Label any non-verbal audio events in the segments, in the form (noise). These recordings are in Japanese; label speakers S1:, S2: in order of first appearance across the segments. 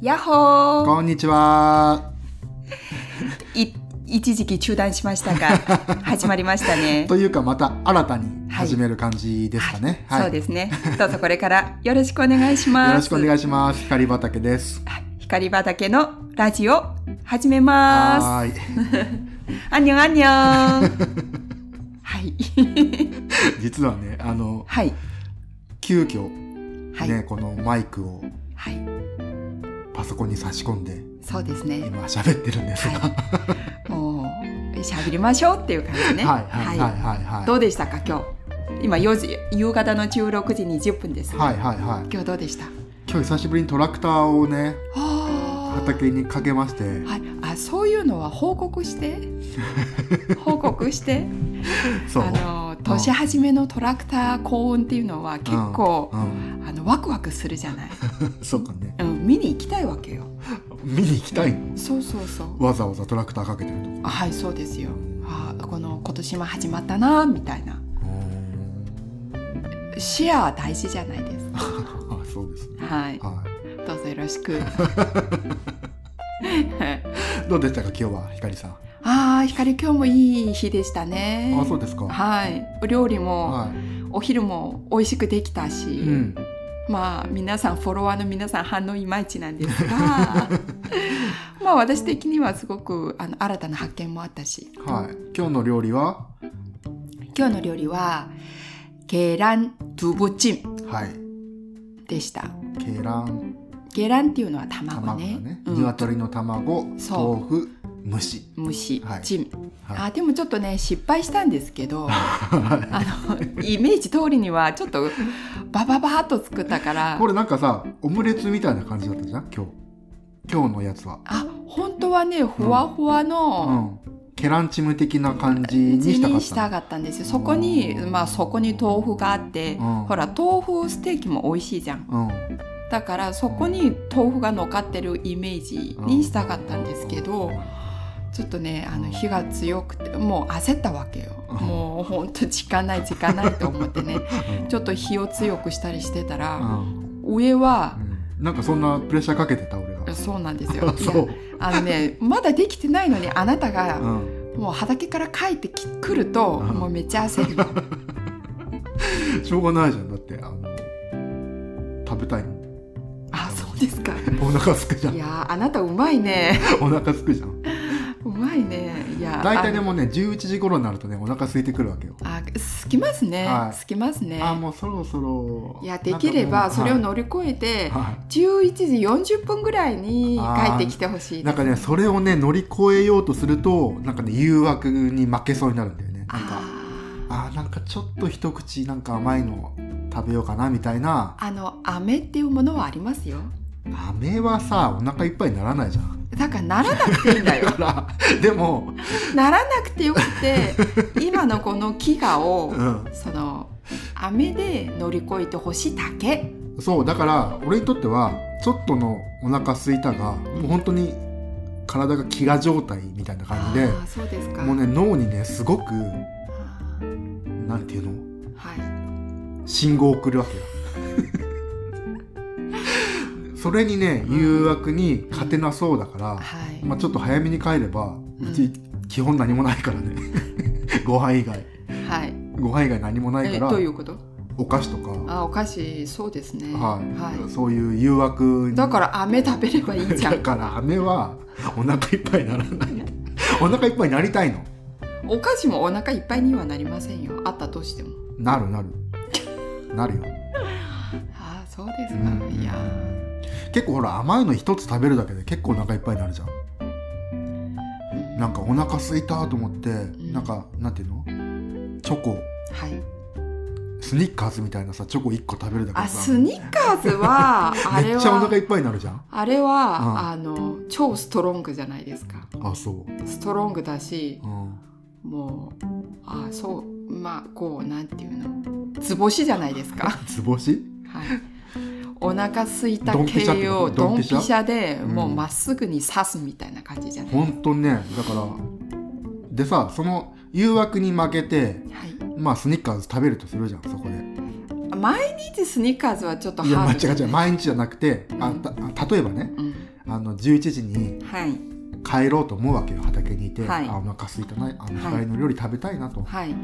S1: やっほー
S2: こんにちは。
S1: い一時期中断しました
S2: (laughs)
S1: が始まりましたね
S2: というかまた新たに始める感じですかね。
S1: そうですねどうぞこれからよろしくお願いします
S2: よろしくお願
S1: い
S2: いします。光畑です。
S1: 光畑のラジオ始めま
S2: はー
S1: すあんにょんあんにょん
S2: (laughs)
S1: はい
S2: い。 (laughs) 実はね、あの
S1: はい
S2: 急遽
S1: はい、
S2: ね、このマイクを
S1: はい
S2: パソコンに差し込んで
S1: そうですね
S2: 今喋ってるんですが、は
S1: もうしゃべりましょうっていう感じ
S2: い
S1: ね
S2: はいはいはいはい
S1: ど。うでしたか今日今4時夕方の16時20分です、
S2: はいはいはい。
S1: 今日どうでした
S2: 今日久しぶりにトラクターをね
S1: あー
S2: 畑にかけまして、
S1: はい、あそういうのは報告して
S2: (laughs)
S1: 報告して
S2: そう。
S1: あの年始めのトラクター幸運っていうのは結構、
S2: うんうん
S1: あのワクワクするじゃない、
S2: そうかね
S1: うん、見に行きたいわけよ
S2: 見に行きたいの
S1: そうそうそう
S2: わざわざトラクターかけてると
S1: あはいそうですよあこの今年も始まったなみたいなシェアは大事じゃないですか
S2: (laughs) あそうですね
S1: はい
S2: は
S1: どうぞよろし
S2: (laughs)
S1: く
S2: いどうでしたか今日はひかりさん
S1: あー光今日もいい日でしたね
S2: あそうですか
S1: はいお料理も、
S2: は
S1: お昼も美味しくできたし、
S2: い、うん、
S1: まあ皆さんフォロワーの皆さん反応いまいちなんですが
S2: (laughs)
S1: まあ私的にはすごくあの新たな発見もあったし
S2: はい、今日の料理は
S1: 今日の料理はケランドゥブチン
S2: はい
S1: でした
S2: ケラン
S1: ケランっていうのは卵
S2: 卵だ
S1: ね
S2: ね、
S1: うん
S2: 鶏の卵
S1: そう
S2: 豆腐蒸し
S1: 蒸し、
S2: はい
S1: チン、
S2: は
S1: あでもちょっとね失敗したんですけ
S2: (laughs)
S1: どあのイメージ通りにはちょっとバババーっと作ったから
S2: これなんかさオムレツみたいな感じだったじゃん今日今日のやつは
S1: あ本当はねほわほわの、
S2: うんケランチム的な感じにしたか
S1: に
S2: っ
S1: した
S2: た
S1: かったんですよそこにまあそこに豆腐があって、
S2: うん
S1: ほら豆腐ステーキも美味しいじゃん
S2: の
S1: だからそこに豆腐が乗っかってるイメージにしたかったんですけど、ちょっとねあの火が強くてもう焦ったわけよ、
S2: うん
S1: もうほんと時間ない時間ないと思って
S2: (laughs)
S1: ね
S2: うん
S1: ちょっと火を強くしたりしてた
S2: う
S1: ら、
S2: ん
S1: 上は、
S2: うんなんかそんなプレッシャーかけてた俺が。
S1: そうなんですよ
S2: あ (laughs) そう
S1: いや。あのねまだできてないのにあなたが、
S2: うん。
S1: もう畑から帰ってきくると、
S2: うん
S1: もうめっちゃ焦るよ
S2: しょうがないじゃん。だってあの食べたいもん。
S1: あそうですか
S2: お腹すくじゃ
S1: い
S2: ん。
S1: やーあなたうまいね
S2: お腹すくじゃん。
S1: うまいねいや
S2: 大体で
S1: で
S2: もね11時頃になるとねお腹空いてくるわけよ。
S1: あ好きますね、
S2: はい
S1: 好きますね
S2: あもうそろそろ。
S1: いやできればそれを
S2: なんかも
S1: 乗り越えて、
S2: うはいは
S1: 11時40分ぐらいに帰ってきてほし
S2: い。
S1: い
S2: なんかねそれをね乗り越えようとするとなんかね誘惑に負けそうになるんだよね。なんか
S1: あ
S2: あーなんかちょっと一口なんか甘いの食べようかなみたいな。
S1: ーあの飴っていうものはありますよ
S2: 飴はさお腹いっぱいにならないじゃん。 (laughs)
S1: だからならなくていいんだよ
S2: だ (laughs) からでも、
S1: ならなくてよくて今のこの飢餓を、
S2: うん。
S1: その飴で乗り越えてほしいだけ
S2: そうだから俺にとってはちょっとのお腹すいたが、もう本当に体が飢餓状態みたいな感じで
S1: あーそうですか
S2: もうね脳にねすごく
S1: あー
S2: なんていうの
S1: はい
S2: 信号を送る
S1: (laughs)
S2: わけよそれにね誘惑に勝てなそうだから、
S1: はい、
S2: まあ、ちょっと早めに帰ればうち、基本何もないからね (laughs) ご飯以外
S1: はい。
S2: ご飯以外何もない
S1: え
S2: から
S1: どういうこと？
S2: お菓子とか、
S1: あ、お菓子そうですね。
S2: はい
S1: は
S2: そういう誘惑
S1: い。
S2: に
S1: だから飴食べればいいじゃ
S2: だ (laughs)
S1: ん。
S2: から飴はお腹いっぱいにならないお腹いっぱいになりたいの
S1: お菓子もお腹いっぱいにはなりませんよ。あったとしても。
S2: なるなるなるよ、
S1: あー、そうです
S2: う
S1: か。
S2: ん
S1: いやー。
S2: 結構ほら甘いの一つ食べるだけで結構お腹いっぱいになるじゃん
S1: うん
S2: なんかお腹空いたと思って、
S1: ん
S2: なんかなんていうのチョコ
S1: はい。
S2: スニッカーズみたいなさチョコ1個食べるだけ
S1: あ、
S2: で
S1: ス
S2: さ
S1: ニッカーズはあ
S2: (laughs) め
S1: れ
S2: っちゃお腹い
S1: は
S2: っぱいになるじゃん
S1: あれは、
S2: うん
S1: あの超ストロングじゃないですか。
S2: あそ
S1: ストロングだし
S2: う、、うん、
S1: もうあ、そうまあこうなんていうの、つぼしじゃないですか。
S2: 図星
S1: はい、お腹空いた
S2: ドンピシャって
S1: 系
S2: こ
S1: を
S2: と
S1: ド
S2: ド
S1: ン
S2: ン
S1: ピ
S2: ピ
S1: シ
S2: シャ
S1: ャで
S2: ん
S1: もうまっすぐに刺すみたいな感じじゃない、
S2: ほんとねだからでさその誘惑に負けて
S1: はい、
S2: まあスニッカーズ食べるとするじゃんそこで
S1: 毎日スニーカーズはちょっと
S2: いや、
S1: ハ
S2: 間
S1: ー
S2: 違
S1: ドじゃ
S2: う違う、
S1: ない
S2: 毎日じゃなくて、あた例えばね、
S1: うん
S2: あの11時に
S1: はい
S2: 帰ろうと思うわけよ畑にいて、
S1: はい
S2: あお腹空いたなあの
S1: はい
S2: 光の料理食べたいなと、
S1: はい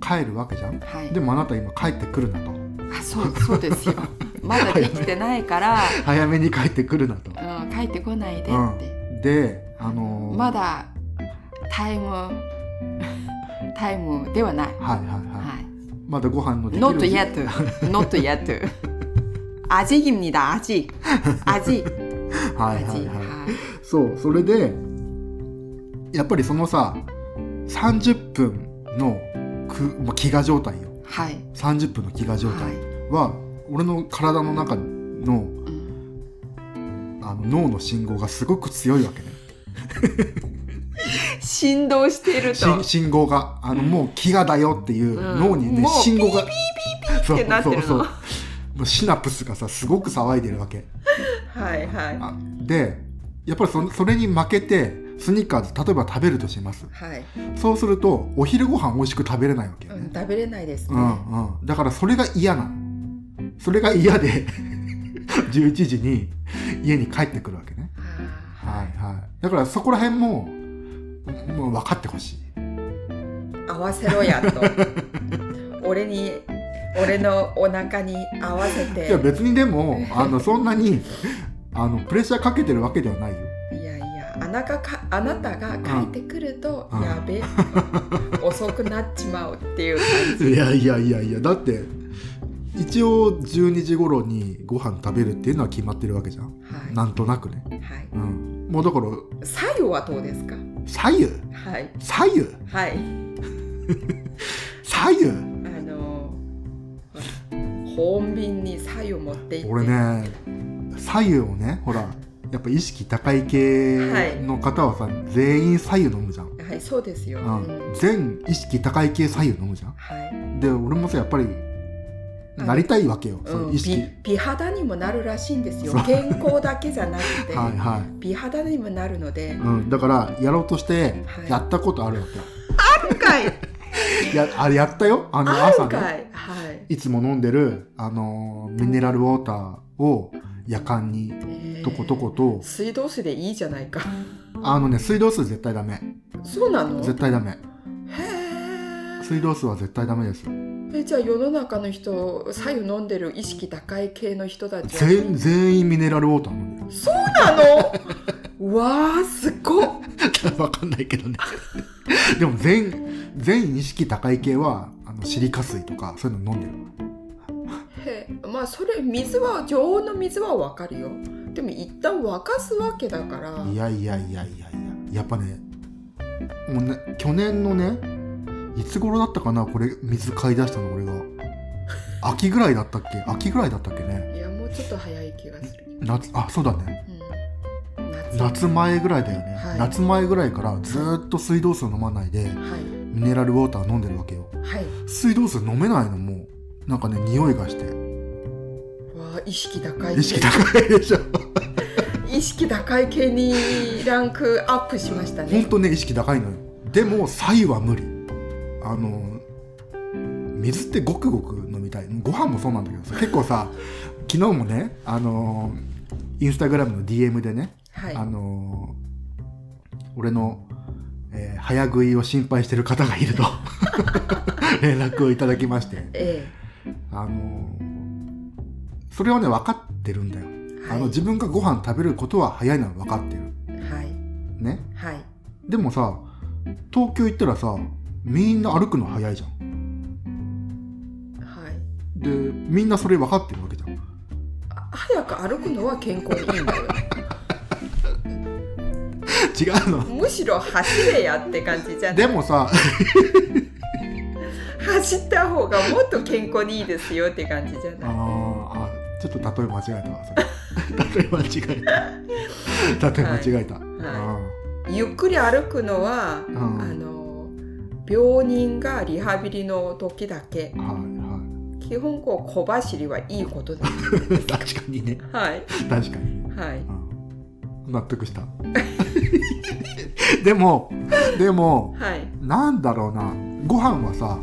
S2: 帰るわけじゃん
S1: はい
S2: でもあなた今帰ってくるなと
S1: あそうそうです
S2: (laughs)
S1: よまだできてないから、
S2: 早めに帰ってくるなと、
S1: うん、帰ってこないでって、
S2: うん、であのー
S1: まだタイムタイムではない、
S2: はいはいはい、
S1: はい、
S2: まだご飯のできる
S1: Not yet. Not yet.
S2: (laughs)
S1: 아직입니다. 아직. 아직.
S2: はいはい
S1: 아직.
S2: はい
S1: 아,
S2: そうそれでやっぱりそのさ30分のく、まあ、飢餓状態よ
S1: 하이.
S2: 30分の飢餓状態
S1: 하이.
S2: は俺の体の中の
S1: 음.
S2: あの脳の信号がすごく強いわけね
S1: 신도시테르
S2: 信
S1: 또.
S2: 信号があのもう飢餓だよっていう
S1: うん
S2: 脳にね、
S1: もう
S2: 信号が
S1: ピーってなってるの
S2: そうそうそうもうシナプスがさすごく騒いでるわけ
S1: 하이 하이.
S2: あでやっぱりそそれに負けてスニーカーズ例えば食べるとします
S1: 하이.
S2: そうするとお昼ご飯美味しく食べれないわけよね、
S1: 음,食べれないですね.
S2: うんうん、だからそれが嫌なのそれが嫌で (laughs) 11時に家に帰ってくるわけね、
S1: 아,
S2: はいはい、だからそこら辺ももう分かってほしい
S1: 合わせろや,
S2: (laughs)
S1: 또.俺に-俺のお腹に合わせて。
S2: いや別にでもあのそんなにあのプレッシャーかけてるわけではないよ
S1: いやいやあなたかあなたが帰ってくると、
S2: うん
S1: や
S2: (laughs)
S1: べえ遅くなっちまうっていう感じ
S2: いやいやいやいやだって一応12時頃にご飯食べるっていうのは決まってるわけじゃん
S1: は
S2: なんとなくね、
S1: い、はい、
S2: うん、もうだから
S1: 左右はどうですか
S2: 左右
S1: はい
S2: 左右
S1: はい
S2: 左右
S1: あの本便に左右持っていって
S2: 俺ね左右をねほらやっぱ意識高い系の方はさ、全員左右飲むじゃん、う
S1: はいそうですよ、うん
S2: ん、全意識高い系左右飲むじゃん
S1: はい
S2: で俺もさやっぱり
S1: あの
S2: なりたいわけよ、そうの
S1: ん、
S2: 意識、
S1: 美美肌にもなるらしいんですよ
S2: そう
S1: 健康だけじゃなくて、
S2: はいは
S1: 美肌にもなるので
S2: い、うん、だからやろうとして
S1: はい
S2: やったことあるわけよ、
S1: 今回
S2: い、やあれやったよあの
S1: 今
S2: 朝ね
S1: 回はい
S2: いつも飲んでるあのーミネラルウォーターを夜間にとことこと
S1: 水道水でいいじゃないか
S2: あのね水道水絶対ダメ
S1: そうなの
S2: 絶対ダメ
S1: へ
S2: 水道水は絶対ダメです
S1: ーえじゃあ世の中の人左右飲んでる意識高い系の人たちは
S2: 全全員ミネラルウォーター飲んで
S1: そうなのわあすごっ
S2: る (laughs) わかんない
S1: (laughs)
S2: けどねでも全全意識高い系はあのシリカ水とかそういうの飲んでる
S1: へーまあそれ水は常温の水はわかるよでも一旦沸かすわけだから
S2: いやいやいやいやいややっぱねもうね去年のねいつ頃だったかなこれ水買い出したの俺が秋ぐらいだったっけ秋ぐらいだったっけね
S1: いやもうちょっと早い気がするよ、
S2: 夏あそうだね
S1: うん、
S2: 夏前ぐらいだよね、
S1: はい
S2: 夏前ぐらいからずーっと水道水飲まないで
S1: は
S2: ミネラルウォーター飲んでるわけよ
S1: いはい
S2: 水道水飲めないのもうなんかね匂いがして
S1: わあ意識高い系
S2: 意識高いでしょ
S1: 意識高い系にランクアップしました
S2: ほん
S1: ね
S2: とね意識高いのよでも白湯は無理あの水ってごくごく飲みたいご飯もそうなんだけどさ結構さ昨日もねあのインスタグラムの DM でね、
S1: はい
S2: あの俺の、えー早食いを心配してる方が
S1: (laughs)
S2: いると連絡をいただきまして
S1: え
S2: あのそれはね分かってるんだよ
S1: え
S2: あ
S1: はい
S2: の自分がご飯食べることは早いのは分かってる
S1: はい
S2: ね
S1: はい
S2: でもさ東京行ったらさみんな歩くの早いじゃん
S1: はい
S2: でみんなそれ分かってるわけじゃん
S1: あ早く歩くのは健康にいいんだよ
S2: (laughs) 違うの
S1: むしろ走れやって感じじゃん
S2: でも (laughs) さ
S1: 走った方がもっと健康にいいですよって感じじゃ
S2: あ
S1: ない
S2: ーあちょっと例え間違えたわそれ (laughs) 例え間違えた (laughs) 例え間違えた、
S1: はゆっくり歩くのは、
S2: ん
S1: あの病人がリハビリの時だけ
S2: うんは
S1: 基本こう小走りはいいことだ
S2: いはい (laughs) 確かにね
S1: はい
S2: 確かにね、
S1: はい
S2: うん、納得した (laughs) でもでも
S1: はい
S2: なんだろうなご飯はさ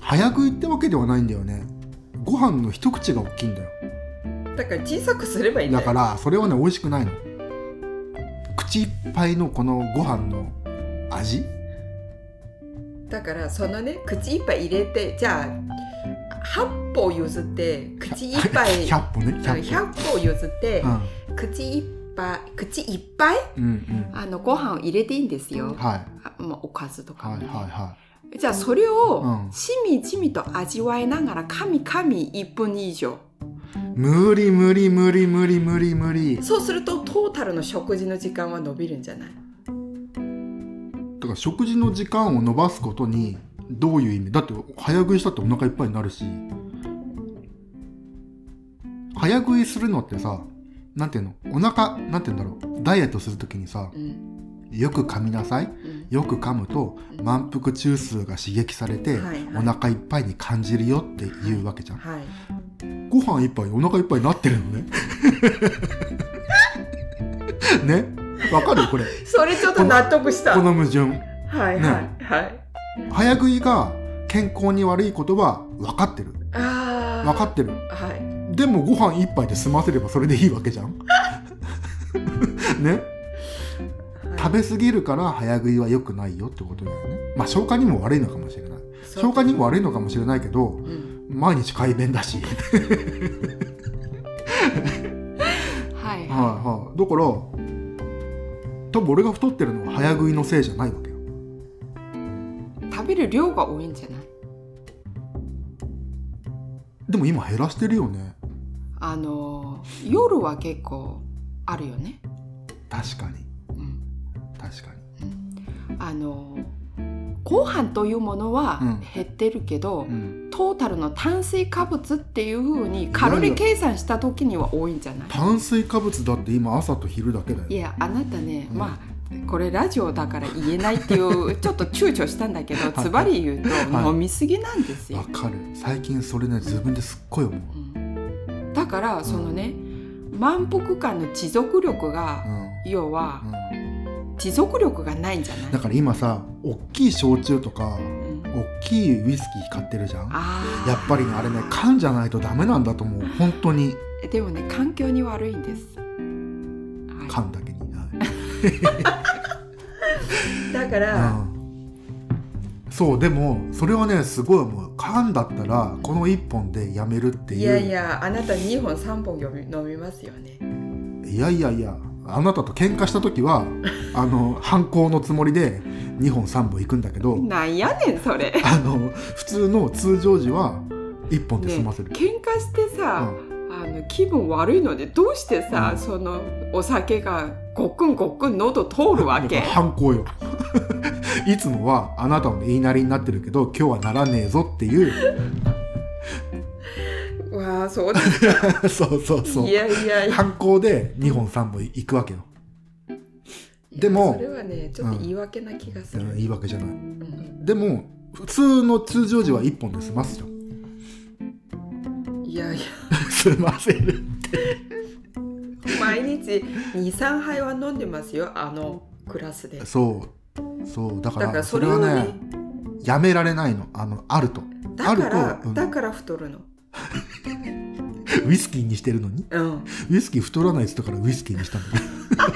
S2: 早食いってわけではないんだよねご飯の一口が大きいんだよ
S1: だから小さくすればいいんだ
S2: だ
S1: よ
S2: からそれはね美味しくないの口いっぱいのこのご飯の味
S1: だからそのね口いっぱい入れてじゃあ8歩譲って口いっぱ
S2: (laughs)
S1: い
S2: 100歩ね100
S1: 100歩譲って
S2: 歩、
S1: 口いっぱい口いっぱい
S2: うん、うん
S1: あのご飯を入れていいんです
S2: う
S1: よ
S2: ん、はい
S1: あまあ、おかずとか
S2: は
S1: も
S2: い
S1: ね、
S2: はいは
S1: じゃあそれを
S2: うん
S1: ちみちみと味わいながらかみかみ1分以上
S2: い無理無理無理無理無理無理
S1: そうするとトータルの食事の時間は伸びるんじゃない
S2: だから食事の時間を延ばすことにどういう意味だって早食いしたってお腹いっぱいになるし早食いするのってさなんていうのお腹なんていうんだろうダイエットするときにさ
S1: うん
S2: よく噛みなさい
S1: うん
S2: よく噛むと
S1: うん
S2: 満腹中枢が刺激されて、
S1: はいはい
S2: お腹いっぱいに感じるよっていうわけじゃん、
S1: はい
S2: ご飯一杯でお腹いっぱいになってるの
S1: (laughs)
S2: ねねわかるこれ
S1: それちょっと納得した
S2: こ
S1: はい
S2: の矛盾
S1: はい
S2: ね
S1: はい
S2: 早食いが健康に悪いことは分かってる
S1: ああ
S2: 分かってる
S1: はい
S2: でもご飯一杯で済ませればそれでいいわけじゃん (laughs) ね食べ過ぎるから早食いは良くないよってことだよねまあ消化にも悪いのかもしれない消化にも悪いのかもしれないけど
S1: うん
S2: 毎日改便 (laughs) だしは
S1: は
S2: い
S1: い
S2: はいだから多分俺が太ってるのは早食いのせいじゃないわけよ
S1: 食べる量が多いんじゃない
S2: でも今減らしてるよね
S1: あのー夜は結構あるよね、
S2: 確かに
S1: うん、
S2: 確かに
S1: あのーご飯というものは
S2: うん
S1: 減ってるけど、
S2: うん
S1: トータルの炭水化物っていう風にカロリー計算した時には多いんじゃない
S2: 炭水化物だって今朝と昼だけだよ
S1: いやあなたね、
S2: うん
S1: まあこれラジオだから言えないっていうちょっと躊躇したんだけ
S2: (laughs)
S1: どつばり言うと
S2: はい
S1: 飲みすぎなんですよ、
S2: わかる最近それね自分ですっごい思う、
S1: うんだからそのね満腹感の持続力が、
S2: うん
S1: 要は
S2: うん、
S1: 持続力がないんじゃない、
S2: だから今さ大きい焼酎とか
S1: うん
S2: 大きいウイスキー買ってるじゃん
S1: あー
S2: やっぱりねあれね缶じゃないとダメなんだと思う本当に
S1: でもね環境に悪いんです、はい
S2: 缶だけに、はい
S1: だから、
S2: うんそうでもそれはねすごい思う缶だったらこの1本でやめるっていう
S1: いやいやあなた2本3本飲み飲みますよね
S2: いやいやいやあなたと喧嘩した時はあの反抗のつもりで2本3本いくんだけど
S1: なんやねんそれ
S2: あの普通の通常時は1本で済ませる、
S1: ね喧嘩して
S2: う
S1: さ、
S2: ん
S1: あの気分悪いのでどうしてさ、
S2: うん
S1: そのお酒がごっくんごっくん喉通るわ
S2: (laughs)
S1: け
S2: 反抗よいつもはあなたの言いなりになってるけど今日はならねえぞっていう (laughs)
S1: わあそうです
S2: そうそうそう
S1: いやいやいや
S2: 反抗で2本3本いくわけよでも
S1: それはねちょっと言い訳な気がする、
S2: いいわけじゃない
S1: うん
S2: でも普通の通常時は1本で済ますよ (laughs)
S1: いやいや
S2: 済ませる
S1: 毎日23杯は飲んでますよあのクラスで
S2: そうそうだか
S1: だから
S2: ら
S1: そ
S2: そ
S1: れ
S2: れ
S1: を
S2: は
S1: ね
S2: ねやめられないのあのあると
S1: だから
S2: あるとうん
S1: だから太るの
S2: ウイスキーにしてるのに
S1: うん
S2: ウイスキー太らないっつったからウイスキー
S1: (laughs)
S2: にしたん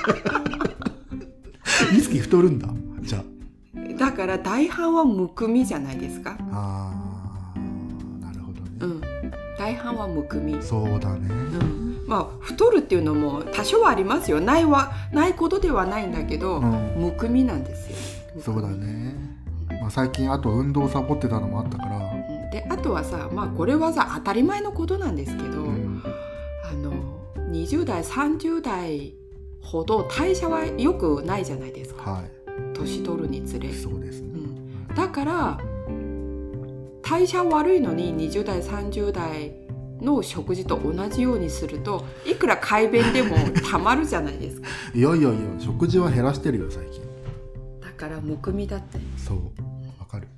S2: だけどウイスキー太るんだじゃあ
S1: だから大半はむくみじゃないですか。
S2: あーなるほどね、
S1: うん、大半はむくみ。う
S2: そうだね
S1: ん、まあ太るっていうのも多少はありますよ。ないはないことではないんだけど、
S2: うん
S1: むくみなんですよ。むく
S2: そ
S1: み
S2: うだ。ね、まあ、最近あと運動サボってたのもあったから、
S1: うんであとはさ、まあこれはさ当たり前のことなんですけど、
S2: うん
S1: あの20代30代ほど代謝は良くないじゃないですか。
S2: は
S1: 年取るにつれ
S2: い。そうです
S1: う
S2: ね、
S1: んだから代謝悪いのに20代30代の食事と同じようにするといくら改便でもたまるじゃないですか
S2: いやいやいや食事は減らしてるよ最近
S1: だからむくみだって
S2: そうわかる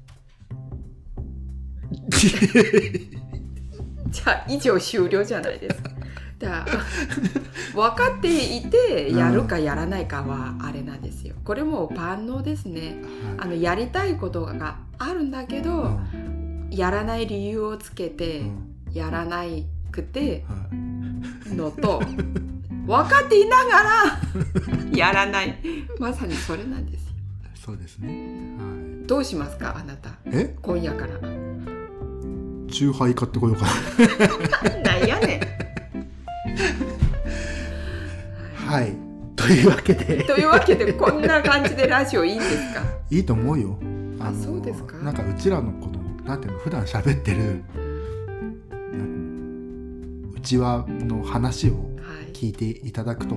S1: じゃあ以上終了じゃないですかだから (laughs) 分かっていてやるかやらないかはあれなんですよこれもう万能ですね (laughs) あ
S2: はい
S1: のやりたいことがあるんだけ
S2: うん
S1: どやらない理由をつけて
S2: うん
S1: やらないくて
S2: はい
S1: のと分かっていな
S2: (laughs)
S1: がらやらないまさにそれなんですよ
S2: そうですねは
S1: どうしますかあなた
S2: いえ
S1: 今夜
S2: (laughs)
S1: から
S2: チューハイ買ってこようかな
S1: なんやねん
S2: はいというわけで
S1: というわけでこんな感じでラジオいいんですか
S2: いいと思うよ。
S1: あ
S2: の
S1: そうですか
S2: なんかうちらのことなんていうの普段喋ってるなんかうちわの話を
S1: はい
S2: 聞いていただくと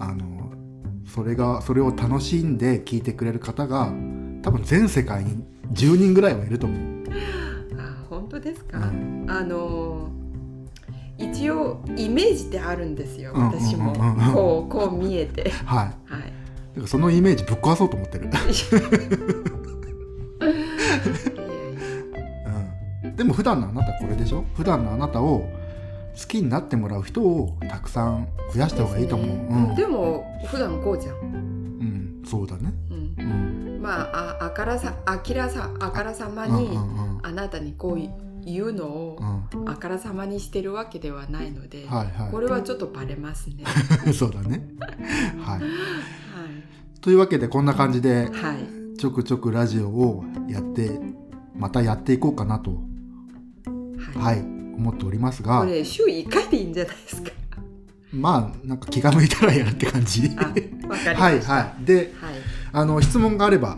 S2: あのそれがそれを楽しんで聞いてくれる方が多分全世界に10人ぐらいはいると思う。
S1: あ本当ですか、
S2: うん
S1: あのー一応イメージってあるんですよ
S2: うん
S1: 私も
S2: うんうんうん
S1: こうこう見えて
S2: はい。だ
S1: はい
S2: (laughs) からそのイメージぶっ壊そうと思ってる。
S1: いやいや
S2: うん、でも普段のあなたこれでしょ普段のあなたを好きになってもらう人をたくさん増やした方がいいと思う。うん
S1: でも普段こうじゃん、
S2: うん、そうだね。
S1: うん、
S2: うん、
S1: まあああからさあきらさあからさまに
S2: うんうんうん
S1: あなたにこう言うのを
S2: うん
S1: あからさまにしてるわけではないので、
S2: はいはい
S1: これはちょっとバレますねは
S2: (laughs) そうだね。はい。というわけでこんな感じで
S1: い、はい、
S2: ちょくちょくラジオをやってまたやっていこうかなと
S1: は
S2: はい
S1: い、
S2: 思っております
S1: こ
S2: が、
S1: れ週1回でいいんじゃないですか
S2: まあなんか気が向いたらやるって感じ。
S1: あわかりました
S2: はいはい。で、
S1: はい
S2: あの質問があれば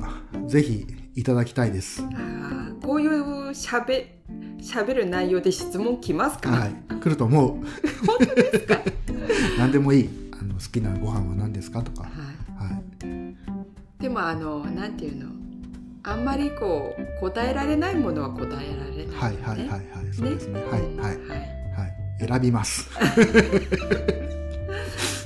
S2: ぜひいただきたいです。
S1: あーこういうしゃべしゃべる内容で質問きますか、
S2: はい。来ると思う。 (laughs) 本当ですか？何でもいい。あの好きなご飯は何ですかとか。は。
S1: はいでもあのなんていうのあんまりこう答えられないものは答えられない、ね、
S2: はいはいはい
S1: い
S2: はい。そうですね。はいはいはい。
S1: い
S2: 選びます。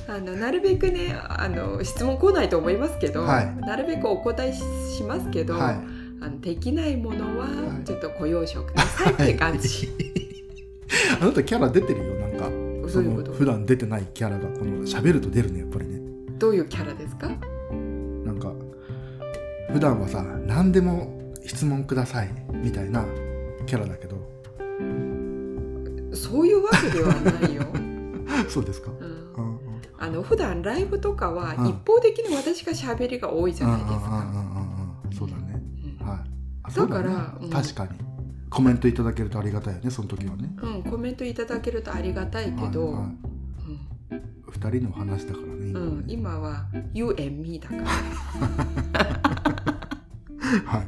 S1: あのなるべくねあの質問来ないと思いますけど、
S2: はい
S1: なるべくお答えししますけど、
S2: はい。
S1: あのできないものは
S2: はい
S1: ちょっとご容赦くださいって感
S2: (laughs)
S1: じ、
S2: あなたキャラ出てるよなんか
S1: ど
S2: そう
S1: いう
S2: の
S1: こと
S2: 普段出てないキャラがこの喋ると出るねやっぱりね
S1: どういうキャラですか
S2: なんか普段はさ何でも質問くださいみたいなキャラだけど
S1: そういうわけではないよ、
S2: そうですか、
S1: うん
S2: うんうん、
S1: あの普段ライブとかは
S2: うん
S1: 一方的に私が喋りが多いじゃないです
S2: うんう
S1: か。
S2: んうんうんうんそうだね
S1: うん
S2: はいあ
S1: だから
S2: そう
S1: う
S2: ね
S1: ん
S2: 確かにコメントいただけるとありがたいよねその時はね
S1: うん、コメントいただけるとありがたいけど、
S2: はいはい二人の話だからね
S1: うんうん
S2: ね
S1: 今は「You and me」だから
S2: はい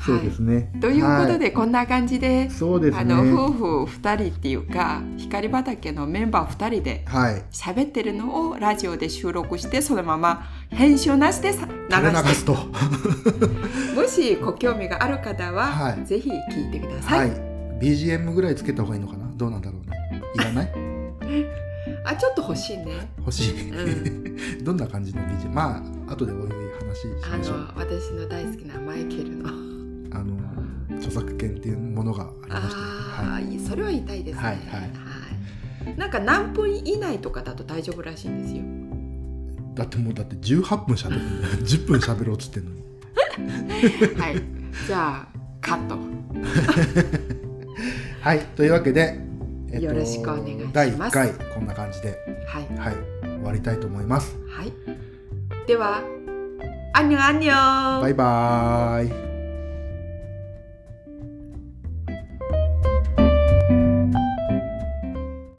S2: そうですね、
S1: ということ
S2: は
S1: でこんな感じで、
S2: そうですね
S1: あの夫婦2人っていうか光畑のメンバー2人で
S2: はい
S1: 喋ってるのをラジオで収録してそのまま編集なしでさ流
S2: 垂れ
S1: し
S2: 流
S1: て
S2: すと
S1: もしご興味がある方は、
S2: はい
S1: ぜひ聞いてくださ、
S2: はいい、BGM ぐらいつけた方がいいのかなどうなんだろうねいらない
S1: あちょっと欲しいね
S2: 欲しい、 (laughs) どんな感じの BGM まあ後でおいおい話し
S1: あ
S2: ましょ
S1: の
S2: う
S1: 私の大好きなマイケルの
S2: あの著作権っていうものがありまして
S1: ああ、、
S2: はい
S1: それは痛いですね。
S2: はいはい
S1: はいなんか何分以内とかだと大丈夫らしいんですよ。
S2: い、だってもうだって18分しゃべるんだよ10分しゃべろうっつってんのに (laughs)
S1: はい。じゃあカット。
S2: はいというわけで、
S1: よろしくお願いします
S2: 第1回こんな感じで
S1: はい
S2: はい終わりたいと思います
S1: はい。では、アンニョンアンニョン。
S2: バイバーイ